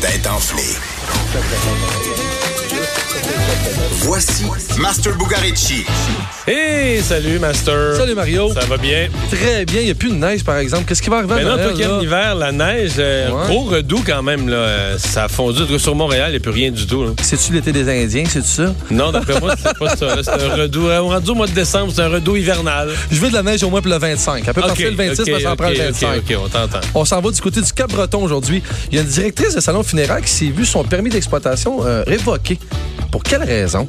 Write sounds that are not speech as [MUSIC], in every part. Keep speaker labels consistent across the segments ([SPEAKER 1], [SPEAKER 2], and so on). [SPEAKER 1] tête enflée. Voici Master Bugarici.
[SPEAKER 2] Hey, salut Master.
[SPEAKER 3] Salut Mario.
[SPEAKER 2] Ça va bien?
[SPEAKER 3] Très bien. Il n'y a plus de neige, par exemple. Qu'est-ce qui va arriver à
[SPEAKER 2] Mais Ben non, toi
[SPEAKER 3] Noël,
[SPEAKER 2] qui aimes
[SPEAKER 3] là?
[SPEAKER 2] l'hiver, la neige, euh,
[SPEAKER 3] Ouais.
[SPEAKER 2] gros redoux quand même. Là. Euh, Ça a fondu Entre- sur Montréal et plus rien du tout. là.
[SPEAKER 3] C'est-tu l'été des Indiens, c'est-tu ça?
[SPEAKER 2] Non, d'après moi, c'est pas ça. là. C'est un redoux. euh, rendu au mois de décembre, c'est un redoux hivernal.
[SPEAKER 3] Je veux de la neige au moins pour le 25. Elle peut
[SPEAKER 2] Ok,
[SPEAKER 3] partir le 26,
[SPEAKER 2] ok,
[SPEAKER 3] mais ça en prend
[SPEAKER 2] ok,
[SPEAKER 3] le 25.
[SPEAKER 2] OK, OK, on t'entend.
[SPEAKER 3] On s'en va du côté du Cap-Breton aujourd'hui. Il y a une directrice de salon funéraire qui s'est vue son permis d'exploitation euh, révoqué. Pour quelle raison?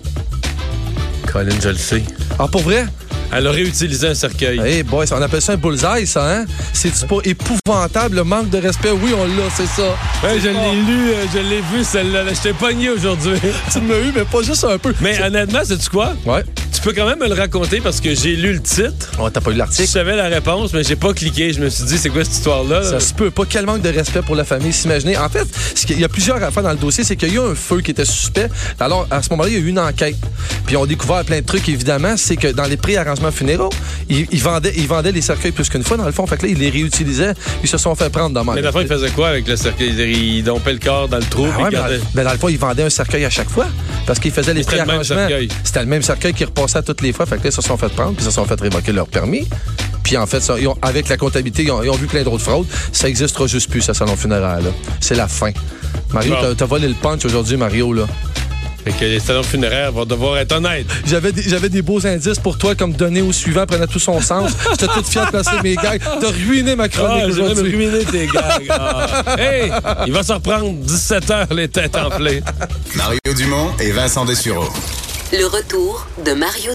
[SPEAKER 2] Colin, je le sais.
[SPEAKER 3] Ah, pour vrai?
[SPEAKER 2] Elle a réutilisé un cercueil.
[SPEAKER 3] Eh boy, ça- on appelle ça un bullseye, ça, hein? C'est-tu pas épouvantable, le manque de respect? Oui, on l'a, c'est ça.
[SPEAKER 2] Ouais, Ben, je
[SPEAKER 3] C'est fort.
[SPEAKER 2] l'ai lu, euh, je l'ai vu, celle-là. là. Je t'ai pogné
[SPEAKER 3] [LAUGHS]
[SPEAKER 2] aujourd'hui.
[SPEAKER 3] Tu m'as eu, mais pas juste un peu.
[SPEAKER 2] Mais honnêtement, sais-tu quoi?
[SPEAKER 3] Ouais.
[SPEAKER 2] Tu peux quand même me le raconter parce que j'ai lu le titre.
[SPEAKER 3] Oh, t'as pas eu
[SPEAKER 2] Je
[SPEAKER 3] l'article?
[SPEAKER 2] savais la réponse, mais j'ai pas cliqué. Je me suis dit, c'est quoi cette histoire-là?
[SPEAKER 3] Ça se peut pas. Quel manque de respect pour la famille, s'imaginer. En fait, ce qu'il y a plusieurs affaires dans le dossier, c'est qu'il y a eu un feu qui était suspect. Alors, à ce moment-là, il y a eu une enquête. Puis, on a découvert plein de trucs, évidemment. C'est que dans les pré-arrangements funéraux, ils, ils vendaient, ils vendaient les cercueils plus qu'une fois, dans le fond. Fait que là, ils les réutilisaient. Ils se sont fait prendre de même.
[SPEAKER 2] Mais la fois, il faisait quoi avec le cercueil? Il dompait le corps dans le trou
[SPEAKER 3] Ah
[SPEAKER 2] puis il
[SPEAKER 3] ouais, mais, dans,
[SPEAKER 2] gardait.
[SPEAKER 3] mais dans le fond, ils vendaient un cercueil à chaque fois parce qu'ils faisaient les
[SPEAKER 2] C'était le même
[SPEAKER 3] préarrangements.
[SPEAKER 2] cercueil.
[SPEAKER 3] C'était le même cercueil qui repassait à toutes les fois. Fait que là, ils se sont fait prendre, puis ils se sont fait révoquer leur permis. Puis en fait, ça- ils ont- avec la comptabilité, ils ont, ils ont vu plein d'autres fraudes. Ça n'existera juste plus, ce salon funéraire. là. C'est la fin. Mario,
[SPEAKER 2] Bon.
[SPEAKER 3] t'as- t'as volé le punch aujourd'hui, Mario. là.
[SPEAKER 2] Fait que les salons funéraires vont devoir être honnêtes.
[SPEAKER 3] J'avais des, j'avais des beaux indices pour toi, comme donner au suivant prenait tout son sens. J'étais toute fière de placer mes gags. T'as ruiné ma chronique
[SPEAKER 2] Ah, j'ai même
[SPEAKER 3] aujourd'hui.
[SPEAKER 2] ruiné tes gags. [LAUGHS] Ah. Hey, il va se reprendre 17h les têtes enflées.
[SPEAKER 1] Mario Dumont et Vincent Dessureau.
[SPEAKER 4] Le retour de Mario